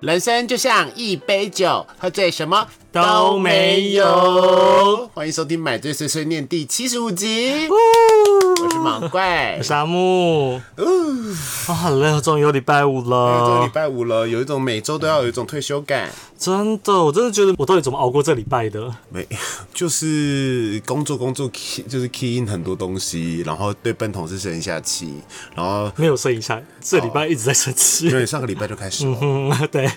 人生就像一杯酒，喝醉什么都没有。欢迎收听《买醉碎碎念》第七十五集，我是毛怪。 沙漠，我很累，终于有礼拜五这个礼了，拜五了，有一种每周都要有一种退休感，真的，我真的觉得我到底怎么熬过这礼拜的？没 就是工作工作 key 就是 key in 很多东西，然后对笨同事生一下气，然后没有睡一下，这礼拜一直在生因气。为上个礼拜就开始了，嗯， 对，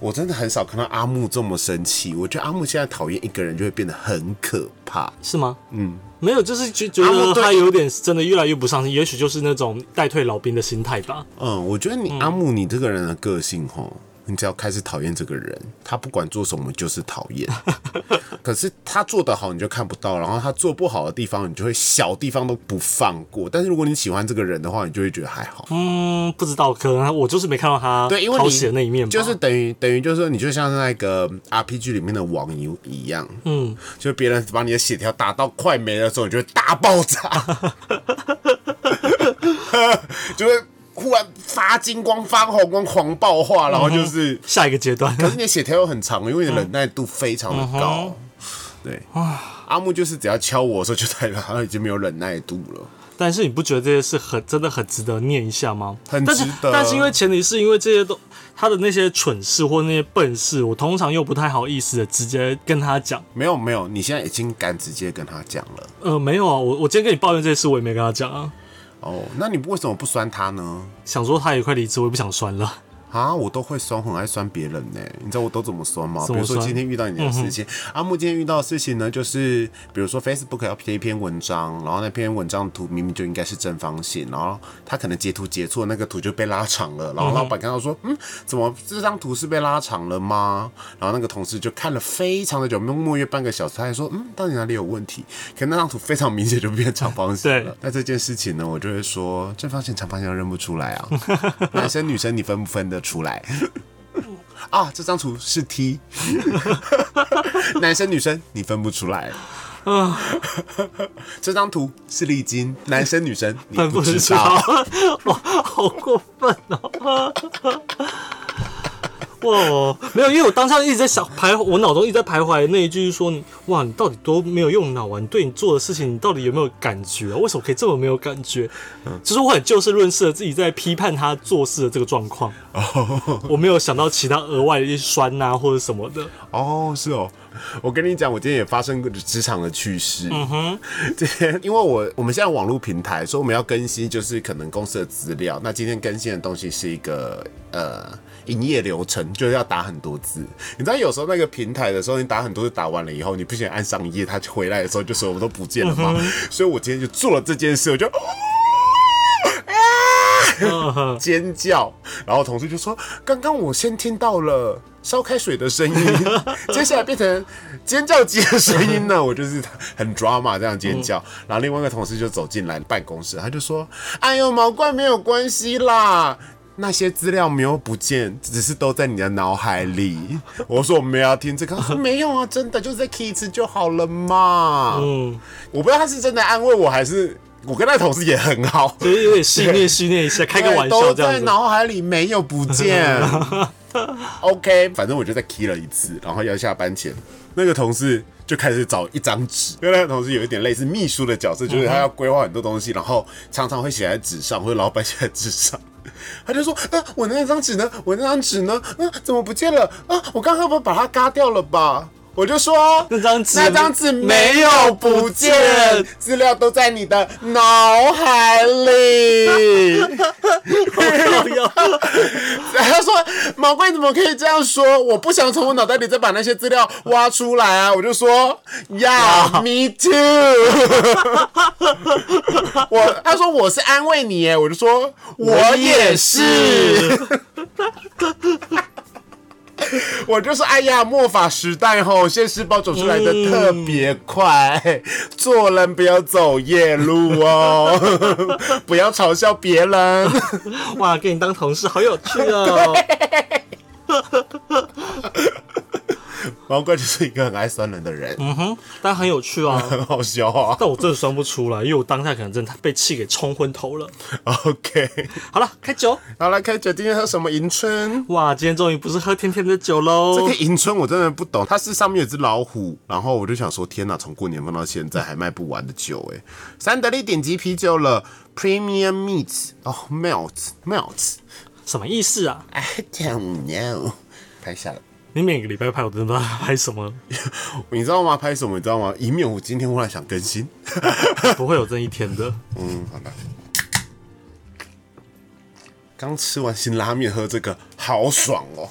我真的很少看到阿木这么生气。我觉得阿木现在讨厌一个人就会变得很可怕。是吗？嗯，没有，就是觉觉啊我得对他有点真的越来越不上心，也许就是那种待退老兵的心态吧。嗯，我觉得你、阿木，你这个人的个性吼，你只要开始讨厌这个人，他不管做什么就是讨厌。可是他做得好你就看不到，然后他做不好的地方你就会小地方都不放过。但是如果你喜欢这个人的话，你就会觉得还好。嗯，不知道，可能我就是没看到他对，因为讨你喜的那一面吧。就是等于等于就是说，你就像那个 RPG 里面的网游一样，嗯，就别人把你的血条打到快没的时候，你就会大爆炸， 就会忽然发金光、发红光、狂爆化，然后就是。下一个阶段，可是你的血条又很长，因为你的忍耐度非常嗯的高。对，阿木就是只要敲我的时候，就代表他已经没有忍耐度了。但是你不觉得这些事很真的很值得念一下吗？很但是值得但是因为前提是因为这些都他的那些蠢事或那些笨事，我通常又不太好意思的直接跟他讲。没有没有，你现在已经敢直接跟他讲了呃，没有啊，我我今天跟你抱怨这些事，我也没跟他讲啊。哦，那你为什么不酸他呢？想说他也快离职，我也不想酸了。啊，我都会酸，很爱酸别人呢、你知道我都怎么酸吗？比怎么如说酸嗯今天遇到你的事情，阿木今天遇到的事情呢，就是比如说 Facebook 要贴一篇文章，然后那篇文章的图明明就应该是正方形，然后他可能截图截错，那个图就被拉长了，然后老板看到说，嗯，怎么这张图是被拉长了吗？然后那个同事就看了非常的久，默默约半个小时，他还说，嗯，到底哪里有问题？可那张图非常明显就变长方形了对。那这件事情呢，我就会说正方形、长方形都认不出来啊，男生女生你分不分得出来？ 啊，这张图是 T，男生女生你分不出来。 这张图是丽晶，男生女生你但不知知道道。， 哇，好过分哦！ 哇，没有，因为我当下一直在想徘，我脑中一直在徘徊那一句说，哇，你到底多没有用脑啊？你对你做的事情，你到底有没有感觉、啊？为什么可以这么没有感觉？嗯就是我很就事论事的自己在批判他做事的这个状况，哦我没有想到其他额外的一些酸啊或者什么的。哦，是哦，我跟你讲，我今天也发生过职场的趣事。嗯哼， 今天因为我我们现在网络平台，所以我们要更新，就是可能公司的资料。那今天更新的东西是一个呃营业流程，就是要打很多字。你知道有时候那个平台的时候，你打很多字打完了以后，你不想按上一页，它就回来的时候就什么都不见了嘛。所以我今天就做了这件事，我就。哦嗯哼尖叫，然后同事就说：“刚刚我先听到了烧开水的声音，接下来变成尖叫鸡的声音了。”我就是很 drama 这样尖叫。然后另外一个同事就走进来办公室，他就说：“哎呦，毛怪没有关系啦。”那些资料没有不见，只是都在你的脑海里。我说我没有要听这个，他说没有啊，真的就是再 key 一次就好了嘛。嗯，我不知道他是真的安慰我，还是我跟那同事也很好。就是有点戏虐戏虐一下，开个对玩笑这哎都在样子。脑海里没有不 见。OK，反正我就再 key 了一次，然后要下班前，那个同事就开始找一张纸，因为那个同事有一点类似秘书的角色，就是他要规划很多东西，然后常常会写在纸上，或者老板写在纸上。 他就说：“啊，我那张纸呢？我那张纸呢？啊，怎么不见了？啊，我刚刚不把它嘎掉了吧？”我就说：“那张纸那张纸没有不见没有不见，资料都在你的脑海里。” 要要他说：“毛怪怎么可以这样说？我不想从我脑袋里再把那些资料挖出来啊！”我就说：“Yeah，me too 我。”他说：“我是安慰你耶。”我就说：“我也是。”我就说：“哎呀，末法时代吼，现世报走出来的特别快，做人不要走夜路哦， 不要嘲笑别人。” 哇，跟你当同事好有趣哦。毛怪就是一个很爱酸人的人，嗯哼，但很有趣啊。很好笑啊。但我真的酸不出来，因为我当下可能真的被气给冲昏头了。 OK，好了，开酒！好来开酒，今天喝什么迎春？哇，今天终于不是喝甜甜的酒喽。这个迎春我真的不懂，它是上面有只老虎，然后我就想说，天哪，从过年放到现在还卖不完的酒哎、三得利顶级啤酒了，Premium Meat 哦，Melt Melt，什么意思啊？ I don't know，拍下来。你每个礼拜拍，我都不知道拍什么，你知道吗？拍什么？你知道吗？以免我今天忽然想更新。不会有这一天的。嗯，好的。刚吃完新拉面，喝这个好爽哦！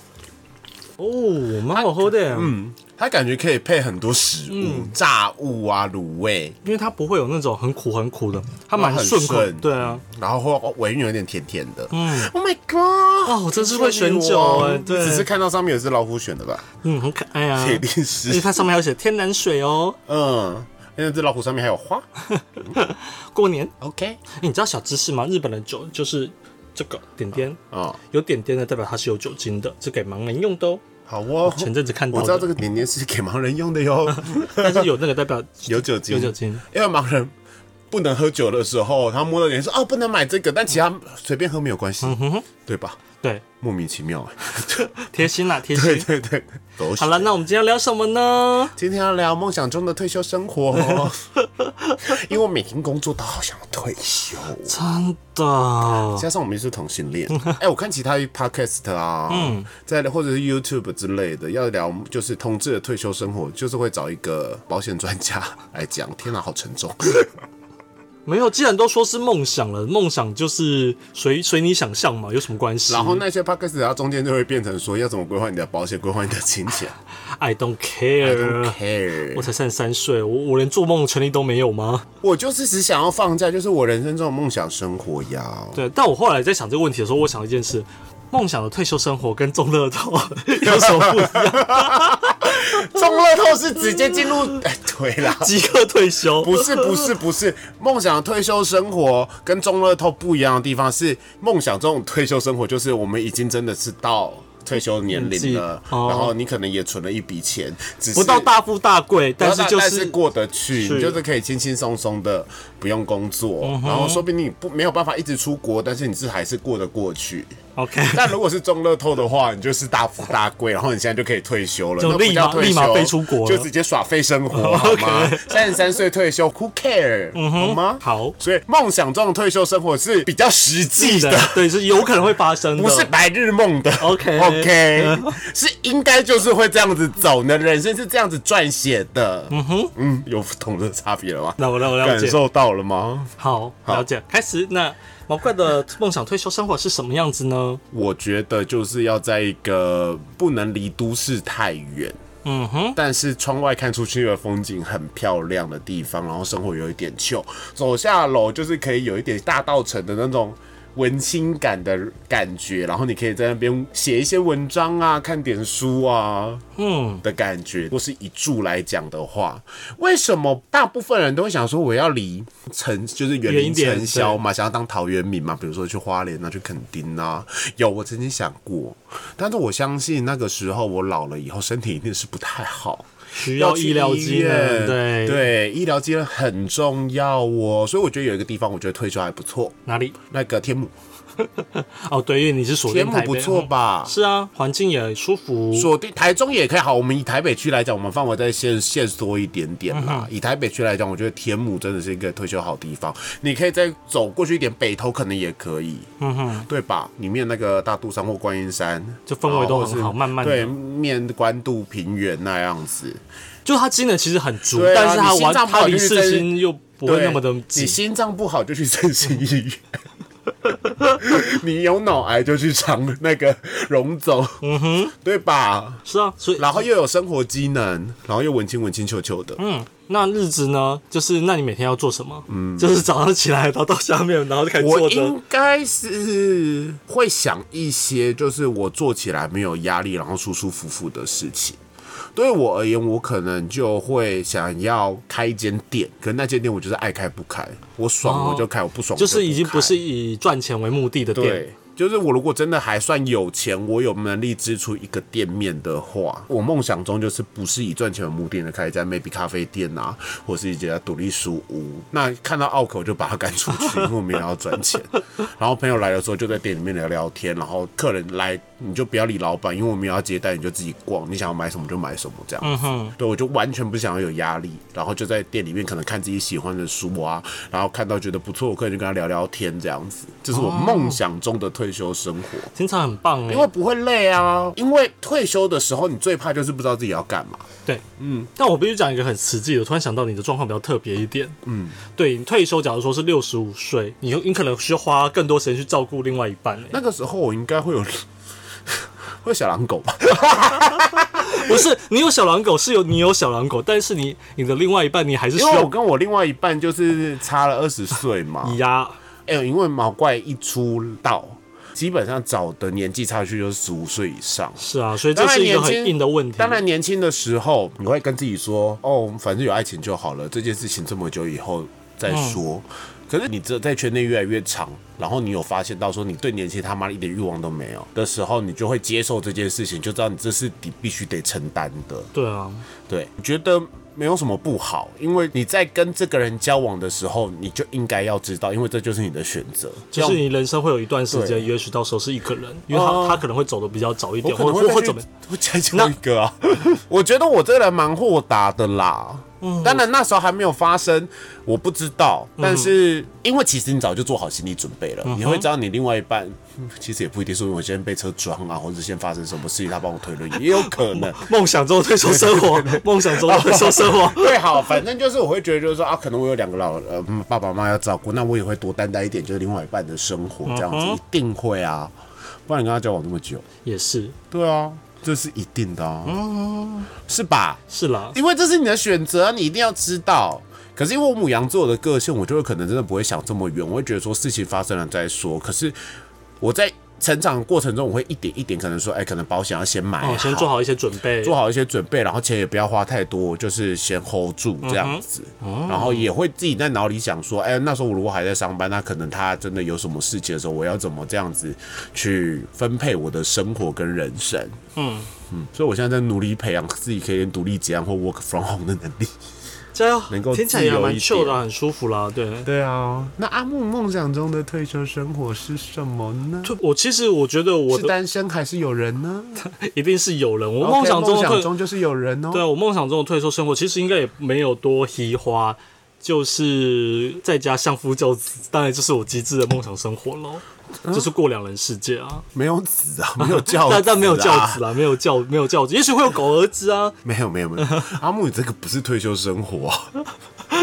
哦，蛮好喝啊的。嗯，它感觉可以配很多食物，炸物啊、卤味，因为它不会有那种很苦很苦的，它蛮它很顺口顺。对啊，然后会尾韵有点甜甜的。嗯，Oh my god！哦我真是会选酒哎对哦只是看到上面有只老虎选的吧？嗯，很可爱啊。铁而定且是。它上面还有写天然水哦。嗯，那只老虎上面还有花。过年， OK。你知道小知识吗？日本的酒就是这个点点，哦，有点点的代表它是有酒精的，是给盲人用的哦。好哦。前阵子看我到知道这的，个点点是给盲人用的 哟。但是有那个代表 有酒精，有酒精。因为盲人不能喝酒的时候，他摸到脸说：“哦，不能买这个。”但其他随便喝没有关嗯系，对吧？对，莫名其妙、 欸，贴心啦，贴对心。对对，狗血好。了，那我们今天要聊什么呢？今天要聊梦想中的退休生活， 因为我每天工作都好想退休，真的，加上我们是同性 恋。哎、我看其他 podcast 啊，嗯，在或者是 YouTube 之类的，要聊就是同志的退休生活，就是会找一个保险专家来讲。天哪、好沉 重。没有，既然都说是梦想了，梦想就是随随你想象嘛，有什么关系然后那些 podcast 它中间就会变成说要怎么规划你的保险，规划你的金 钱。 ？I don't care，, Don't care，我才三十三岁，我我连做梦的权利都没有吗？我就是只想要放假，就是我人生中的梦想生活呀。对，但我后来在想这个问题的时候，我想了一件事：梦想的退休生活跟中乐透 有什么不一样？ 中乐透是直接进 入，哎，对啦，即刻退休？不是不是不是，梦想的退休生活跟中乐透不一样的地方是，梦想这种退休生活就是我们已经真的是到。退休年年纪龄了，哦然后你可能也存了一笔钱，只是不到大富大贵，但是就但是过得去，是嗯你就是可以轻轻松松的不用工作，然后说不定你不没有办法一直出国，但是你是还是过得过去。 OK， 但如果是中乐透的话，你就是大富大贵，然后你现在就可以退休了，就那不叫立马退休立马飞出国了就直接耍废生 活好吗？三十三岁退休，Who care？、好吗？嗯好所以梦想中的退休生活是比较实际的，对，是有可能会发生的，不是白日梦的。 OK 嗯 OK，是应该就是会这样子走，你的人生是这样子撰写的。嗯哼，嗯，有懂这差别了吗？那我那我了感解，受到了吗？好了解，开始。那毛怪的梦想退休生活是什么样子呢？我觉得就是要在一个不能离都市太远，嗯哼，但是窗外看出去的风景很漂亮的地方，然后生活有一点旧，走下楼就是可以有一点大道城的那种。文青感的感觉，然后你可以在那边写一些文章啊，看点书啊，嗯，的感觉，或是以住来讲的话，为什么大部分人都会想说我要离城，就是远远一离点尘嚣嘛，想要当桃园民嘛？比如说去花莲啊，去垦丁啊，有我曾经想过，但是我相信那个时候我老了以后，身体一定是不太好。需要去医疗医机能，院对，对，医疗机能很重要哦，所以我觉得有一个地方，我觉得退休还不错，哪里？那个天母，哦，对，因为你是锁天定母台北，不错嗯吧？是啊，环境也舒服。锁定台中也可以。好，我们以台北区来讲，我们范围再限限缩一点点嗯啦。以台北区来讲，我觉得天母真的是一个退休好地方。你可以再走过去一点，北投可能也可以，嗯哼，对吧？里面那个大肚山或观音山，就氛围都很好然后或是慢慢的对面关渡平原那样子。就它机能其实很足，对啊但是它你心完脏不好它离就是市在心又不会对那么的你紧。心脏不好就去振兴医院， 你有脑癌就去长那个荣总，嗯哼，对吧？是啊，所以然后又有生活机能，然后又文青文青秋秋的，嗯，那日子呢？就是那你每天要做什么？嗯，就是早上起来，然后到下面，然后就开始我坐着。应该是会想一些，就是我做起来没有压力，然后舒舒服服的事情。对我而言，我可能就会想要开一间店，可能那间店我就是爱开不开，我爽我就开，我不爽我哦就不是已经开不是以赚钱为目的的店，对。就是我如果真的还算有钱，我有能力支出一个店面的话，我梦想中就是不是以赚钱为目的的开一家 maybe 咖啡店啊，或是一家独立书屋。那看到澳口就把他赶出去，因为我们也要赚钱。然后朋友来的时候就在店里面聊聊天，然后客人来你就不要理老板，因为我们也要接待，你就自己逛，你想要买什么就买什么这样子。对，我就完全不想要有压力，然后就在店里面可能看自己喜欢的书啊，然后看到觉得不错，我可能就跟他聊聊天这样子，这是我梦想中的退休生活。经常很棒哎、因为不会累啊，因为退休的时候你最怕就是不知道自己要干嘛。对，嗯，但我必须讲一个很实际的，我突然想到你的状况比较特别一点，嗯，对你退休，假如说是六十五岁，你有你可能需要花更多时间去照顾另外一半、欸，那个时候我应该会有 会有小狼狗吧？不是你有小狼狗是有你有小狼狗，但是你你的另外一半你还是需因为我要跟我另外一半就是差了二十岁嘛。压，哎、因为毛怪一出道，基本上找的年纪差距就是十五岁以上。是啊，所以这是一个很硬的问题。当然，年轻的时候你会跟自己说：“哦，反正有爱情就好了，这件事情这么久以后再说。嗯可是你这在圈内越来越长，然后你有发现到说你对年轻他妈一点欲望都没有的时候，你就会接受这件事情，就知道你这是你必须得承担的。对啊，对，你觉得没有什么不好，因为你在跟这个人交往的时候，你就应该要知道，因为这就是你的选择。就是你人生会有一段时对间，也许到时候是一个人，因为他、哦他可能会走的比较早我一点，可能或或 会或再去怎么，我再讲一个啊。 我觉得我这个人蛮豁达的啦。嗯，当然那时候还没有发生，我不知道。但是因为其实你早就做好心理准备了，你会知道你另外一半嗯其实也不一定说我今天被车撞啊，或者先发生什么事情，他帮我推轮椅也有可能。。梦想中的退休生活，梦想中的退休生活 对，好，反正就是我会觉得就是说啊，可能我有两个老呃嗯爸爸妈妈要照顾，那我也会多担待一点，就是另外一半的生活这样子，嗯一定会啊，不然你跟他交往那么久，也是，对啊，这是一定的嗯啊，是吧？是啦，因为这是你的选择，你一定要知道。可是因为我母羊座的个性，我就会可能真的不会想这么远，我会觉得说事情发生了再说。可是我在成长的过程中，我会一点一点可能说，哎、可能保险要先买好、哦，先做好一些准备，做好一些准备，然后钱也不要花太多，就是先 hold 住嗯这样子，哦然后也会自己在脑里想说，哎、那时候我如果还在上班，那可能他真的有什么事情的时候，我要怎么这样子去分配我的生活跟人生？嗯嗯，所以我现在在努力培养自己可以独立结案或 work from home 的能力。加油，能够听起来也自由蛮一 chill 的点啊，很舒服啦，对。对啊，那阿木梦想中的退休生活是什么呢？就我其实我觉得我是的单身还是有人呢？一定是有人，我梦想中梦的想退中就是有人哦。对啊，我梦想中的退休生活其实应该也没有多稀花，就是在家相夫教子，当然这是我极致的梦想生活喽，就是过两人世界啊。没有子啊， 没有嗯教、啊但但没有教子啦，没有教没有教子，也许会有狗儿子啊， 没有没有没有，阿木，你这个不是退休生 活、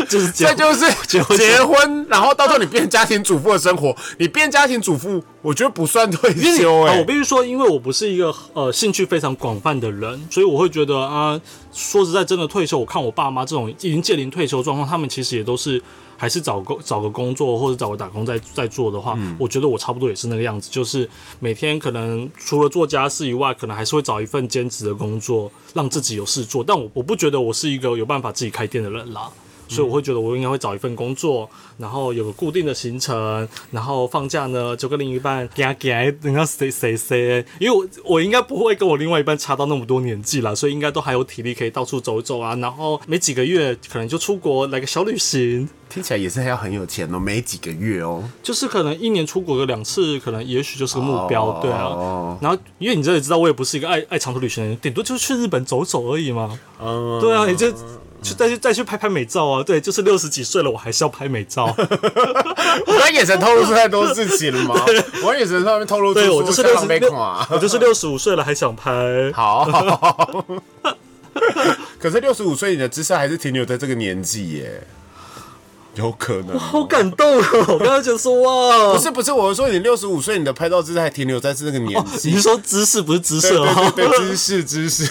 就是这这样。就是结婚婚， 然后到时候你变家庭主妇的生活，你变家庭主妇，我觉得不算退因为你休哎、啊我必须说，因为我不是一个呃兴趣非常广泛的人，所以我会觉得啊，说实在，真的退休，我看我爸妈这种已经届龄退休状况，他们其实也都是还是找工找个工作或者找个打工在在做的话，我觉得我差不多也是那个样子，就是每天可能除了做家事以外，可能还是会找一份兼职的工作，让自己有事做。但我我不觉得我是一个有办法自己开店的人啦。所以我会觉得我应该会找一份工作，然后有个固定的行程，然后放假呢就跟另一半嘎嘎，人家谁谁谁，因为我我应该不会跟我另外一半差到那么多年纪啦，所以应该都还有体力可以到处走一走啊，然后每几个月可能就出国来个小旅行，听起来也是还要很有钱哦，没几个月哦。就是可能一年出国个两次，可能也许就是个目标，哦对啊。然后因为你这也知道，我也不是一个爱爱长途旅行的人，顶多就是去日本走走而已嘛。嗯，对啊，你就去再去再去拍拍美照啊，对，就是六十几岁了，我还是要拍美 照。我的眼神透露出太多事情了吗？ 我的眼神上面透露出对说我就是香六港十被六，垮。我就是六十五岁了还想拍， 好。 可是六十五岁，你的姿势还是停留在这个年纪耶，有可 能哦。好感动哦！我刚刚觉得说哇，不是不是，我是说你六十五岁，你的拍照姿势还停留在是那个年纪。你是说姿势不是姿势对哦，对对，知识知识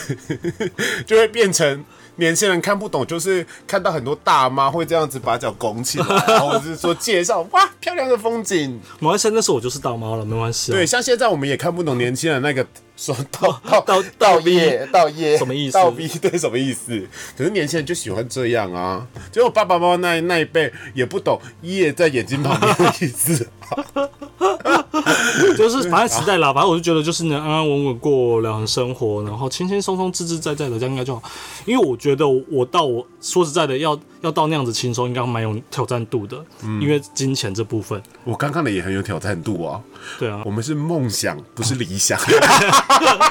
就会变成年轻人看不懂，就是看到很多大妈会这样子把脚拱起来，然后或者是说介绍哇漂亮的风景。没关系，那时候我就是大妈了，没关系啊。对，像现在我们也看不懂年轻人那个说 道道道道业道业什么意思道逼对什么意思？可是年轻人就喜欢这样啊，就我爸爸妈妈那一那一辈也不懂“业”在眼睛旁边的意思啊。就是反正时代啦，反正我就觉得就是能安安稳稳过两人生活，然后轻轻松松、自自在在的，这样应该就好。因为我觉得我到我说实在的，要要到那样子轻松，应该蛮有挑战度的，嗯因为金钱这部分， 我刚刚的也很有挑战度哦。对啊我，们是梦想，不是理想，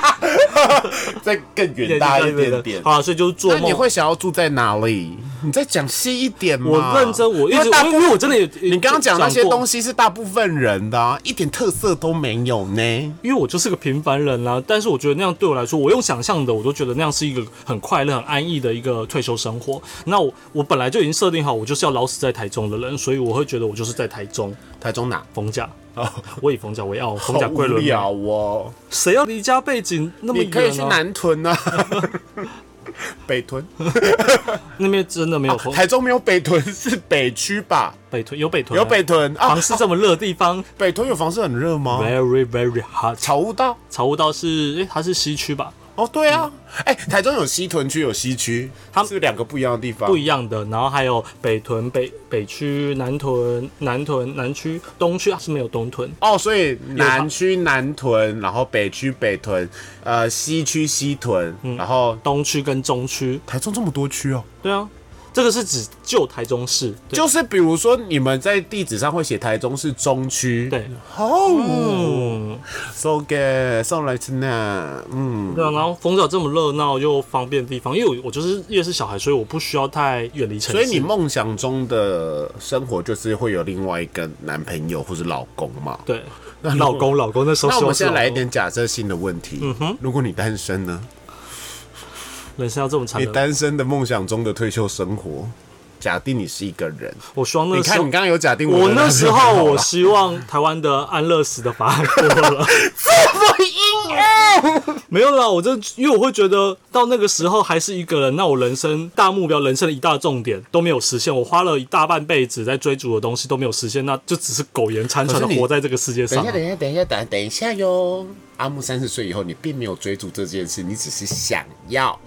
再更远大一点 点。啊，所以就是做那你梦。会想要住在哪里？你再讲细一点嘛。我认真，我一因直为大部因为我真的也，你刚刚讲那些东西，西是大部分人的、啊，一点特色都没有呢。因为我就是个平凡人啦、但是我觉得那样对我来说，我用想象的，我都觉得那样是一个很快乐、很安逸的一个退休生活。那我我本来就已经设定好，我就是要老死在台中的人，所以我会觉得我就是在台中台中哪？逢甲。我以逢甲为傲，逢好甲无桂纶镁，聊哦。谁要离家背景那么你远、啊？可以去南屯啊， 北屯。那边真的没有风、啊台中没有北屯，是北区吧？北屯，有北屯啊、有北屯啊房，市这么热的 地方、北屯有房市很热吗 v？e r y very hot。草悟道草悟道是，诶、它是西区吧？哦，对啊，哎、台中有西屯区，有西区，它它是两个不一样的地方。不一样的，然后还有北屯、北北区、南屯、南屯、南区、东区啊是没有东屯，哦，所以南区南屯，然后北区北屯，呃，西区西屯，嗯然后东区跟中区，台中这么多区哦，对啊，这个是指旧台中市，对就是比如说你们在地址上会写台中是中区，对，哦、嗯， s o good，上来吃呢，嗯，对啊，然后逢甲这么热闹又方便的地方，因为我我就是夜市小孩，所以我不需要太远离城所市，以你梦想中的生活就是会有另外一个男朋友或是老公嘛？对那如果老公老公那时候那我们希现望在来是老一公点假设性的问题，嗯哼，如果你单身呢？人生要这么长你的，单身的梦想中的退休生活，假定你是一个人，我希望那你时看候你刚刚有假定我的那时候我男希望台湾的安乐死的法案过了。 没有啦，我这因为我会觉得到那个时候还是一个人，那我人生大目标、人生的一大重点都没有实现，我花了一大半辈子在追逐的东西都没有实现，那就只是苟延残喘的可是你活在这个世界朋上友。啊。等一下，等一下，等一下，等等一下哟。阿木三十岁以后，你并没有追逐这件事，你只是想要。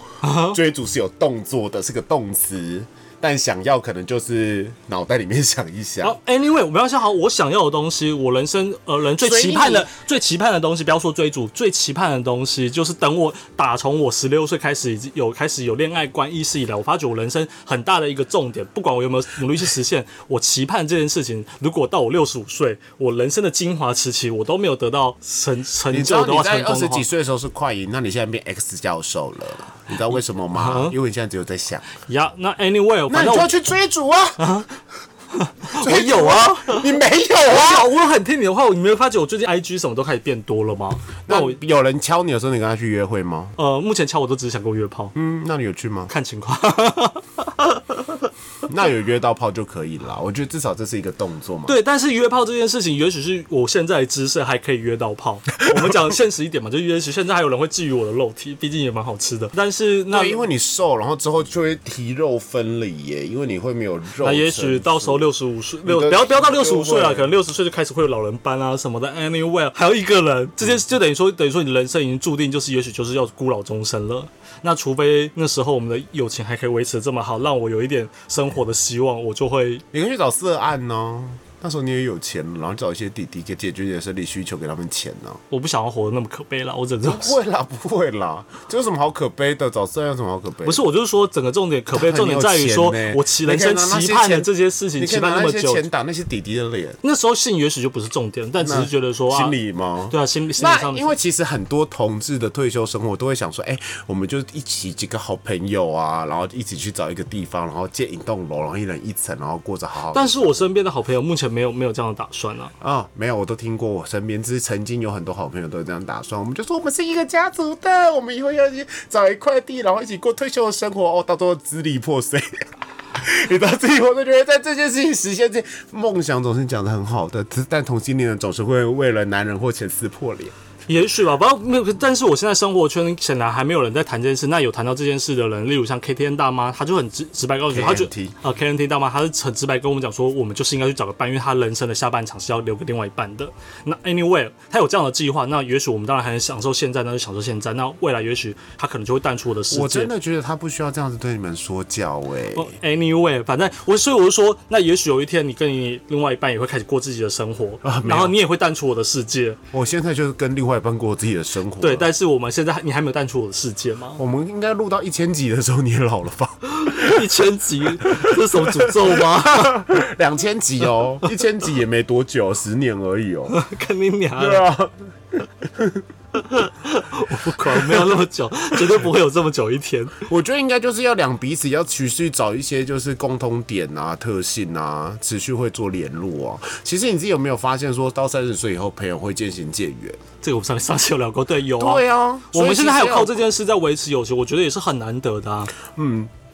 追逐是有动作的，是个动词，但想要可能就是脑袋里面想一想。好，Anyway，我们要想好我想要的东西，我人生呃人最所以期盼的你最期盼的东西，不要说追逐，最期盼的东西就是等我打从我十六岁开始已经有开始有恋爱观意识以来，我发觉我人生很大的一个重点，不管我有没有努力去实现，我期盼这件事情，如果到我六十五岁，我人生的精华时期，我都没有得到成成你知就道的你话，在成二功十的话几，岁的时候是快银，那你现在变 X 教授了，你知道为什么吗？因为你现在只有在想，呀、那 Anyway，那反你正就要我去追逐啊！ 我有啊。你没有啊？啊，我有很听你的话，你没有发觉我最近 IG 什么都开始变多了吗？那那我有人敲你的时候，你跟他去约会吗？呃，目前敲我都只是想跟我约炮，嗯，那你有去 吗？看情况。那有约到炮就可以了啦。我觉得至少这是一个动作嘛。对，但是约炮这件事情，也许是我现在的姿势还可以约到 炮。我们讲现实一点嘛，就也许现在还有人会觊觎我的肉体，毕竟也蛮好吃的。但是那对，因为你瘦，然后之后就会皮肉分离耶，因为你会没有肉。那也许到时候六十五岁，六不要不要到六十五岁啊，可能六十岁就开始会有老人斑啊什么的。Anyway，还有一个人，这嗯件事就等于说，等于说你人生已经注定就是，也许就是要孤老终生了。那除非那时候我们的友情还可以维持得这么好，让我有一点生活的希望，我就会你可以去找色案哦。那时候你也有钱了，然后找一些弟弟给解决你的生理需求，给他们钱呢、我不想要活得那么可悲了。我只能这么不说。会啦，不会啦，这有什么好可悲的？找色案有什么好可悲的？不是，我就是说，整个重点可悲，重点在于说你有钱呢我期人生期盼的这些事情，你可期以拿盼那么那些久。钱打那些弟弟的脸，那时候性也许就不是重点，但只是觉得说啊心，里吗？对啊，心心理那上因为其实很多同志的退休生活都会想说，哎、我们就一起几个好朋友啊，然后一起去找一个地方，然后建一栋楼，然后一人一层，然后过着好好的。但是我身边的好朋友目前没有没有这样的打算啊。啊、没有，我都听过，我身边只是曾经有很多好朋友都有这样打算，我们就说我们是一个家族的，我们以后要去找一块地，然后一起过退休的生活。哦，到最后支离破碎。 你到最后都觉得在这件事情实现这梦想总是讲的很好的，只但同性恋人总是会为了男人或钱撕破脸。也许吧，不要没有。但是我现在生活圈显然还没有人在谈这件事。那有谈到这件事的人，例如像 KTN 大妈，她就很直直白告诉你，她就 KNT 啊 KNT 大妈，她是很直白跟我们讲说，我们就是应该去找个伴，因为她人生的下半场是要留给另外一半的。那 anyway，她有这样的计划，那也许我们当然还能享受现在，那就享受现在。那未来也许她可能就会淡出我的世界。我真的觉得他不需要这样子对你们说教哎、哦 Anyway，反正我所以我就说，那也许有一天你跟你另外一半也会开始过自己的生活，啊然后你也会淡出我的世界。我现在就是跟另外一半过自己的生活。对，，但是我们现在你还没有淡出我的世界吗？我们应该录到一千集的时候你也老了 吧？一千集，这是什么诅咒吗？ 两千集哦，一千集也没多久，十年而已 哦。看你娘！对啊，不可能没有那 么久，绝对不会有这么久一天。我觉得应该就是要两彼此要持续找一些就是共通点啊、特性啊，持续会做联络哦、其实你自己有没有发现，说到三十岁以后，朋友会渐行渐远？这个我们上上次有聊过，对，有啊。对啊，我们现在还有靠这所以其实件事在维持友情，我觉得也是很难得的啊。要，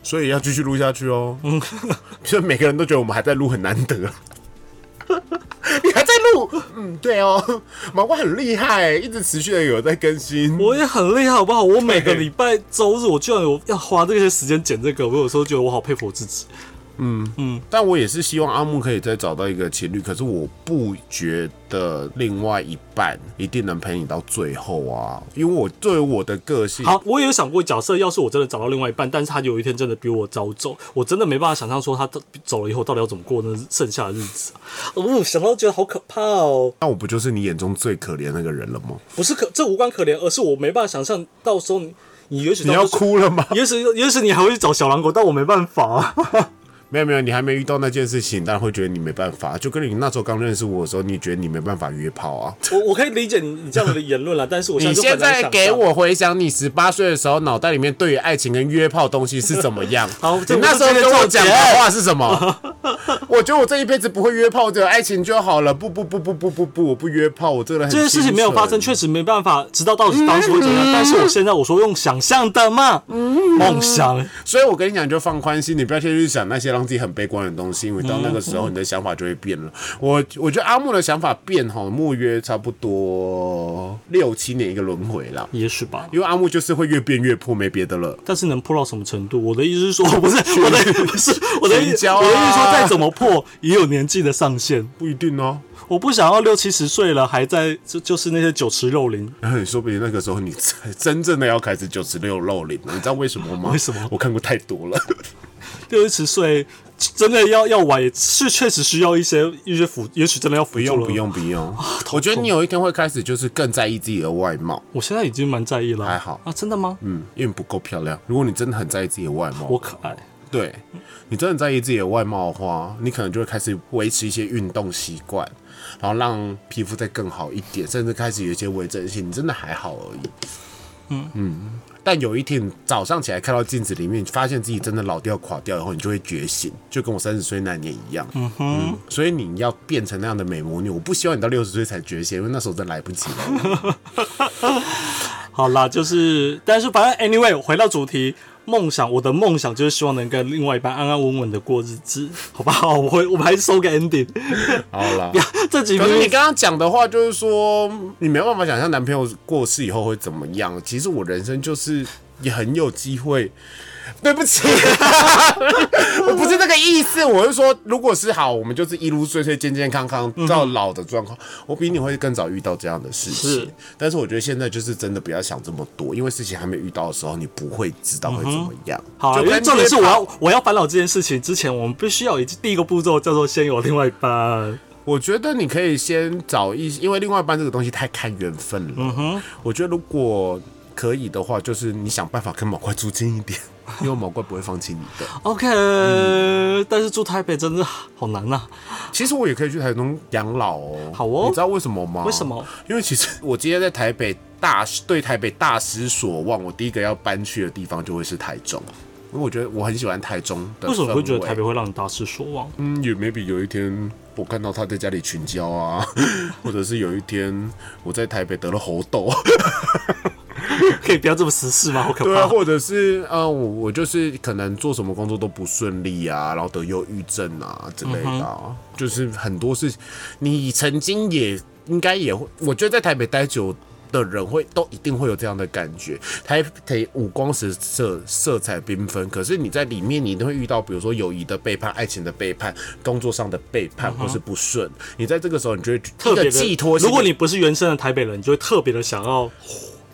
所以要继续录下去哦。嗯， 所以每个人都觉得我们还在录很难得。 你还在录？嗯，对哦，毛怪很厉害，一直持续的有在更新。我也很厉害，好不好？我每个礼拜周日，我居然有要花这些时间剪这个，我有时候觉得我好佩服我自己。嗯但我也是希望阿木可以再找到一个情侣，可是我不觉得另外一半一定能陪你到最后啊，因为我对我的个性，好，我也有想过，假设要是我真的找到另外一半，但是他有一天真的比我早走，我真的没办法想象说他到走了以后到底要怎么过那剩下的日子啊！哦，想到觉得好可怕哦，那我不就是你眼中最可怜那个人了吗？不是可这无关可怜，而是我没办法想象到时候你你也许你到要时候，哭啊了吗？也许也许你还会去找小狼狗，但我没办法、 啊。没有没有，你还没遇到那件事情，当然会觉得你没办法。就跟你那时候刚认识我的时候，你觉得你没办法约炮啊？我我可以理解你你这样的言论了，但是我现你在就现很难想在象给。我回想你十八岁的时候，脑袋里面对于爱情跟约炮东西是怎么样？ 好你这不是那时候今天跟我重讲的点话是什么？ 我觉得我这一辈子不会约炮，只有爱情就好了。不不不不不不不，我不约炮，我这个人很这件事情没有发生，清确实没办法知道到底当时会怎样。但是我现在我说用想象的嘛，嗯梦想。纯，所以我跟你讲，你就放宽心，你不要先去想那些让自己很悲观的东西，因为到那个嗯时候你的想法就会变了。我我觉得阿木的想法变哈，木约差不多六七年一个轮回啦。也许吧，因为阿木就是会越变越破，没别的了。但是能破到什么程度？我的意思 是说，不是我的，不是我的意群思，交啊我的意思说，再怎么破也有年纪的上限。不一定哦、我不想要六七十岁了还在就就是那些酒池肉林。然后你说不定那个时候你才真正的要开始九十六露脸了，你知道为什么吗？为什么我看过太多了。六七十岁真的要要玩，也是确实需要一些一些辅，也许真的要 不辅助用了。不，用不用，啊哦我觉得你有一天会开始就是更在意自己的外貌，我现在已经蛮在意了。还好啊，真的吗？嗯，因为你不够漂亮。如果你真的很在意自己的外我貌，可爱。对你真的很在意自己的外貌的话，你可能就会开始维持一些运动习惯，然后让皮肤再更好一点，甚至开始有一些微整形，你真的还好而已。嗯嗯。但有一天你早上起来看到镜子里面，发现自己真的老掉垮掉以后，你就会觉醒，就跟我三十岁那年一样。嗯哼所以你要变成那样的美魔女，我不希望你到六十岁才觉醒，因为那时候真来不及了。 好啦，就是，但是反正 anyway，回到主题，梦想，我的梦想就是希望能跟另外一半安安稳稳的过日子， 好不好？我会，我们还是收个 ending。 好啦。这几可是你分刚刚讲的话，就是说你没办法想象男朋友过世以后会怎么样。其实我人生就是也很有机会。对不 起，我不是这个意思，我是说，如果是好，我们就是一路岁岁、健健康康嗯到老的状况。我比你会更早遇到这样的事是情，但是我觉得现在就是真的不要想这么多，因为事情还没遇到的时候，你不会知道会怎么样。嗯好啦，就因为跟重点是我约炮要我要烦恼这件事情之前，我们必须要有一第一个步骤叫做先有另外一半。我觉得你可以先找一，因为另外一半这个东西太看缘分了。我觉得如果可以的话，就是你想办法跟毛怪住近一点， 因为毛怪不会放弃你的。 OK，、但是住台北真的好难啊呐、其实我也可以去台中养老哦。好哦你知道为什么吗？为什么？因为其实我今天在台北大对台北大失所望，我第一个要搬去的地方就会是台中。因为我觉得我很喜欢台中的氛围。为什么你会觉得台北会让你大失所望？嗯，也 maybe 有一天我看到他在家里群交啊， 或者是有一天我在台北得了猴痘。 可以不要这么实事吗？好可对啊，怕！或者是呃，我我就是可能做什么工作都不顺利啊，然后得忧郁症啊之类的、啊，就是很多事情，你曾经也应该也会，我觉得在台北待久。的人会都一定会有这样的感觉。台北五光十色，色彩缤纷，可是你在里面你一定会遇到，比如说友谊的背叛、爱情的背叛、工作上的背叛，或是不顺。你在这个时候，你就会特别一个的寄托性的。如果你不是原生的台北人，你就会特别的想要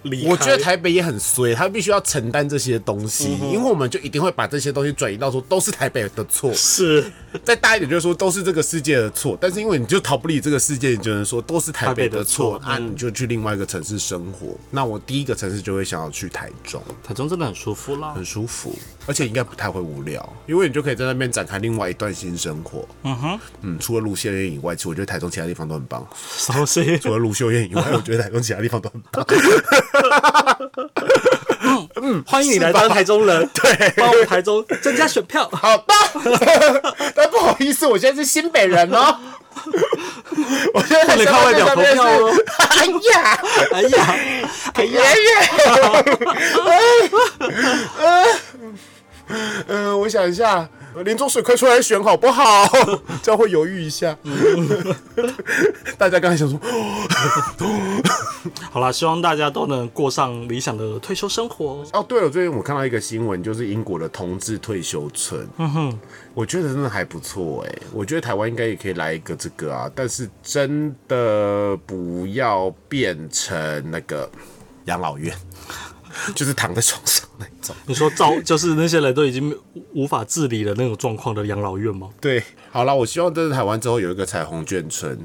离开。我觉得台北也很衰，他必须要承担这些东西，因为我们就一定会把这些东西转移到说都是台北的错，是再大一点就是说都是这个世界的错，但是因为你就逃不离这个世界，你只能说都是台北的错，台北的错那、你就去另外一个城市生活。那我第一个城市就会想要去台中，台中真的很舒服啦 很。舒服，而且应该不太会无聊，因为你就可以在那边展开另外一段新生活。嗯哼，嗯，除了卢秀燕以外，其实我觉得台中其他地方都很棒。什么声音？除了卢秀燕以外，我觉得台中其他地方都很棒。欢迎你来当台中人， 对，帮我们台中增加选票。好吧， 但不好意思，我现在是新北人 哦。我现在不能靠外表投票哦。哎呀，哎呀，哎爷呀， 爷，嗯，我想一下，林中水快出来选好不好？ 这样会犹豫一下。嗯 大家刚才想说，好啦，希望大家都能过上理想的退休生活。哦，对了，最近我看到一个新闻，就是英国的同志退休村，嗯哼，我觉得真的还不错哎、我觉得台湾应该也可以来一个这个啊，但是真的不要变成那个养老院， 就是躺在床上那种。你说造 就是那些人都已经无法自理的那种状况的养老院吗？ 对，好啦，我希望在台湾之后有一个彩虹眷村，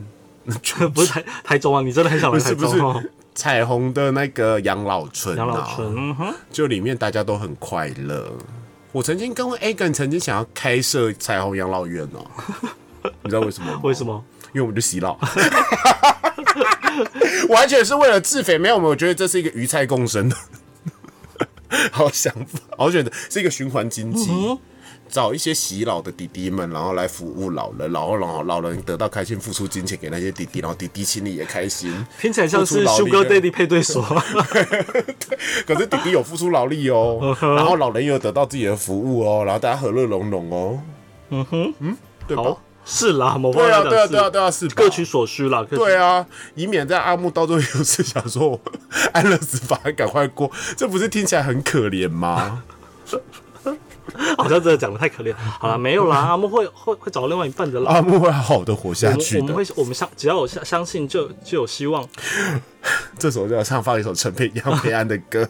不是台台中啊，你真的很想来台是不中是哦？？彩虹的那个养老村、啊， 养老村，嗯哼，就里面大家都很快乐。我曾经跟 Agan 曾经想要开设彩虹养老院哦、 你知道为什么吗？为什？么？因为我们就洗脑， 完全是为了自肥。没有，我觉得这是一个鱼菜共生的 好想法，我觉得是一个循环经济。嗯找一些洗脑的弟弟们，然后来服务老人，然后老老人得到开心，付出金钱给那些弟弟，然后弟弟心里也开心。听起来像付是出劳力 Sugar 的 Daddy 配 对所。可是弟弟有付出劳力嗯哦，然后老人也有得到自己的服务哦，然后大家和乐融融哦。嗯哼，嗯，对吧好？，是啦，某方对面啊，来讲对啊，是对啊，对啊，是吧各取所需啦。各取对啊，以免在阿木到最后是想说 我安乐死法赶快过，这不是听起来很可怜 吗？好像真的讲的太可怜。好了，没有啦，阿木会会会找另外一半的啦。阿木会好好的活我啊下们去我们的。会我们相只要有相相信就就有希望。这时候就要唱放一首陈佩杨佩安的歌，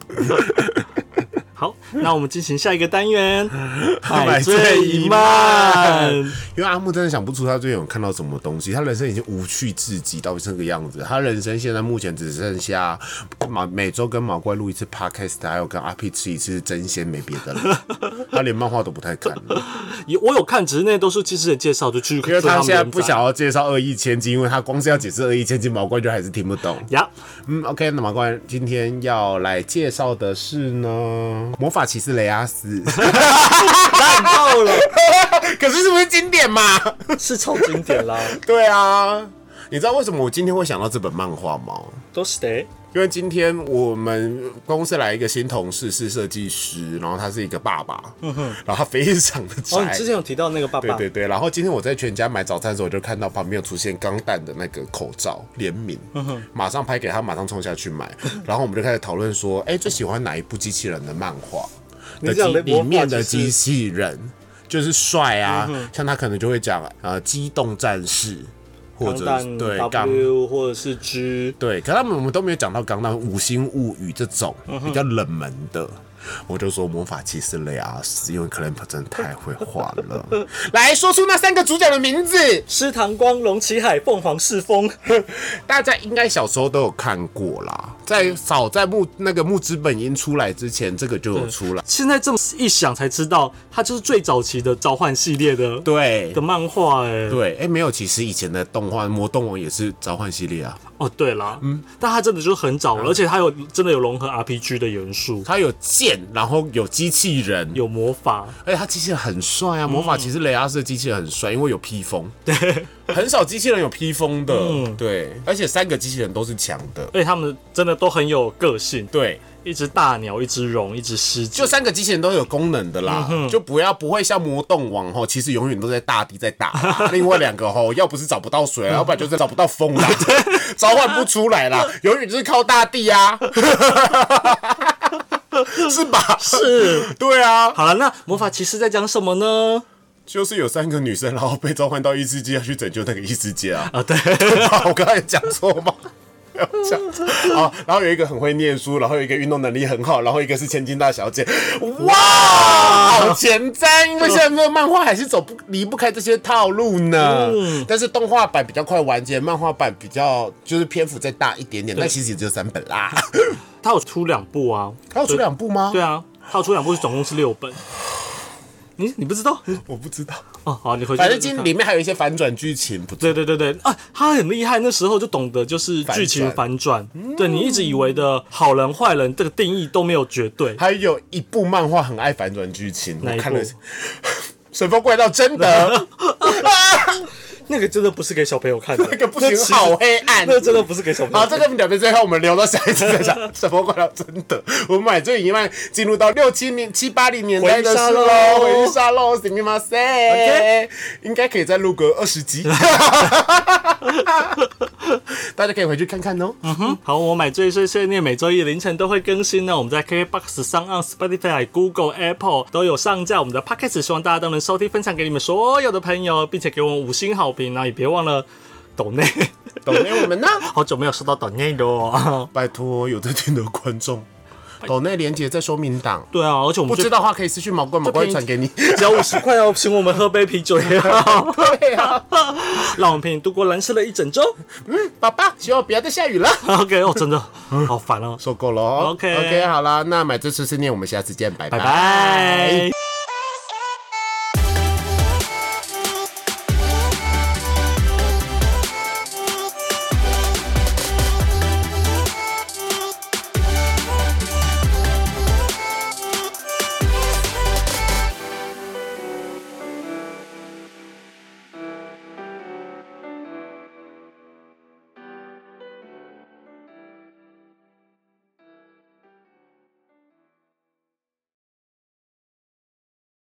好，那我们进行下一个单元，嗯 买醉一漫漫。因为阿木真的想不出他最近有看到什么东西，他人生已经无趣至极到这个样子。他人生现在目前只剩下马每周跟毛怪录一次 podcast，还有跟阿 P 吃一次真鲜，没别的 了。他连漫画都不太看了。有我有看，只是那都是其实的介绍，就去因为追他们现在连载不想要介绍恶意千金，因为他光是要解释恶意千金，毛怪就还是听不懂。呀。嗯，OK，那毛怪今天要来介绍的是呢，魔法骑士雷阿 斯，烂爆了，可是是不是经典嘛？是超经 典啦，对啊，你知道为什么我今天会想到这本漫画吗？都是得。因为今天我们公司来一个新同事，是设计师，然后他是一个爸爸，然后他非常的宅。嗯哦，你之前有提到那个爸对爸，对对，然后今天我在全家买早餐的时候，我就看到旁边有出现钢弹的那个口罩联名，嗯马上拍给他，马上冲下去买。然后我们就开始讨论说，哎，最喜欢哪一部机器人的漫画？你讲的机里面的魔法骑机士器人就是帅啊，像他可能就会讲呃，机动战士或钢者弹对钢 W 或者是 G，对，可他们我们都没有讲到刚刚《五星物语》这种比较冷门的。我就说魔法骑士雷阿斯，因为克 l 普真的太会画了。来说出那三个主角的名字，狮塘光、龙骑海、凤凰侍风，大家应该小时候都有看过啦。在早在木那个木之本樱出来之前，这个就有出来。 现在这么一想才知道，它就是最早期的召唤系列的对的漫画哎、对，哎、没有，其实以前的动画《魔动王》也是召唤系列啊，哦，对啦，嗯，但它真的就是很早了，而且它有真的有融合 RPG 的元素，它有剑，然后有机器人，有魔法，而且他机器人很帅啊！魔法骑士雷阿斯的机器人很帅，因为有披风。对，很少机器人有披风的。对，而且三个机器人都是强的。而且他们真的都很有个性。对，一只大鸟，一只龙，一只狮子就。三个机器人都有功能的啦，就不要不会像魔动王吼，其实永远都在大地在打啦。另外两个吼，要不是找不到水，啊要不然就是找不到风啦，召唤不出来啦，永远就是靠大地啊， 是吧？是，对啊， 好了，那魔法骑士在讲什么呢？就是有三个女生，然后被召唤到异世界要去拯救那个异世界啊。啊，对， 我刚才有讲错吗？ 没有讲错啊，然后有一个很会念书，然后有一个运动能力很好，然后一个是千金大小姐，哇，好前瞻！因为现在这个漫画还是走不离不开这些套路呢。嗯但是动画版比较快完结，漫画版比较就是篇幅再大一点点，但其实也只有三本啦。他有出两部啊，还有出两部吗？对啊，他有出两部，总共是六本。你你不知 道？我不知道，哦，好，你回去反再看。正今里面还有一些反转剧情，不错。对对对对啊，他很厉害，那时候就懂得就是剧情反转。对你一直以为的好人坏人这个定义都没有绝对。还有一部漫画很爱反转剧情，哪一我部看了《 神风怪盗贞德》， 那个真的不是给小朋友看的，那个不行，其实好黑暗。那个真的不是给小朋友好，看这个两边最后我们留到下一次再讲。 什么怪盗真的，我们买醉已经进入到六七年、七八零年代的事喽，回回去杀喽，行吗？塞 OK，应该可以再录个二十 集，大家可以回去看看哦。嗯好，我买醉碎碎念每周一凌晨都会更新呢。啊我们在 KKBOX 上、on Spotify、Google、Apple 都有上架我们的 Podcast，希望大家都能收听、分享给你们所有的朋友，并且给我们五星好评。然后也别忘了抖 内，懂内我们呢？好久没有收到抖内的哦。拜托，有在听的观众，抖内连接在说明档。对啊，而且我不们知就道的话可以私讯毛怪，毛怪便宜传给你。只要五十块哦，请我们喝杯啤酒也好， 对啊，让我们陪你度过蓝色的一整周。嗯，爸爸，希望不要再下雨了。 OK，哦，真的好烦哦，受够了哦。 OK OK，好啦，那买这次思念，我们下次见，拜拜拜。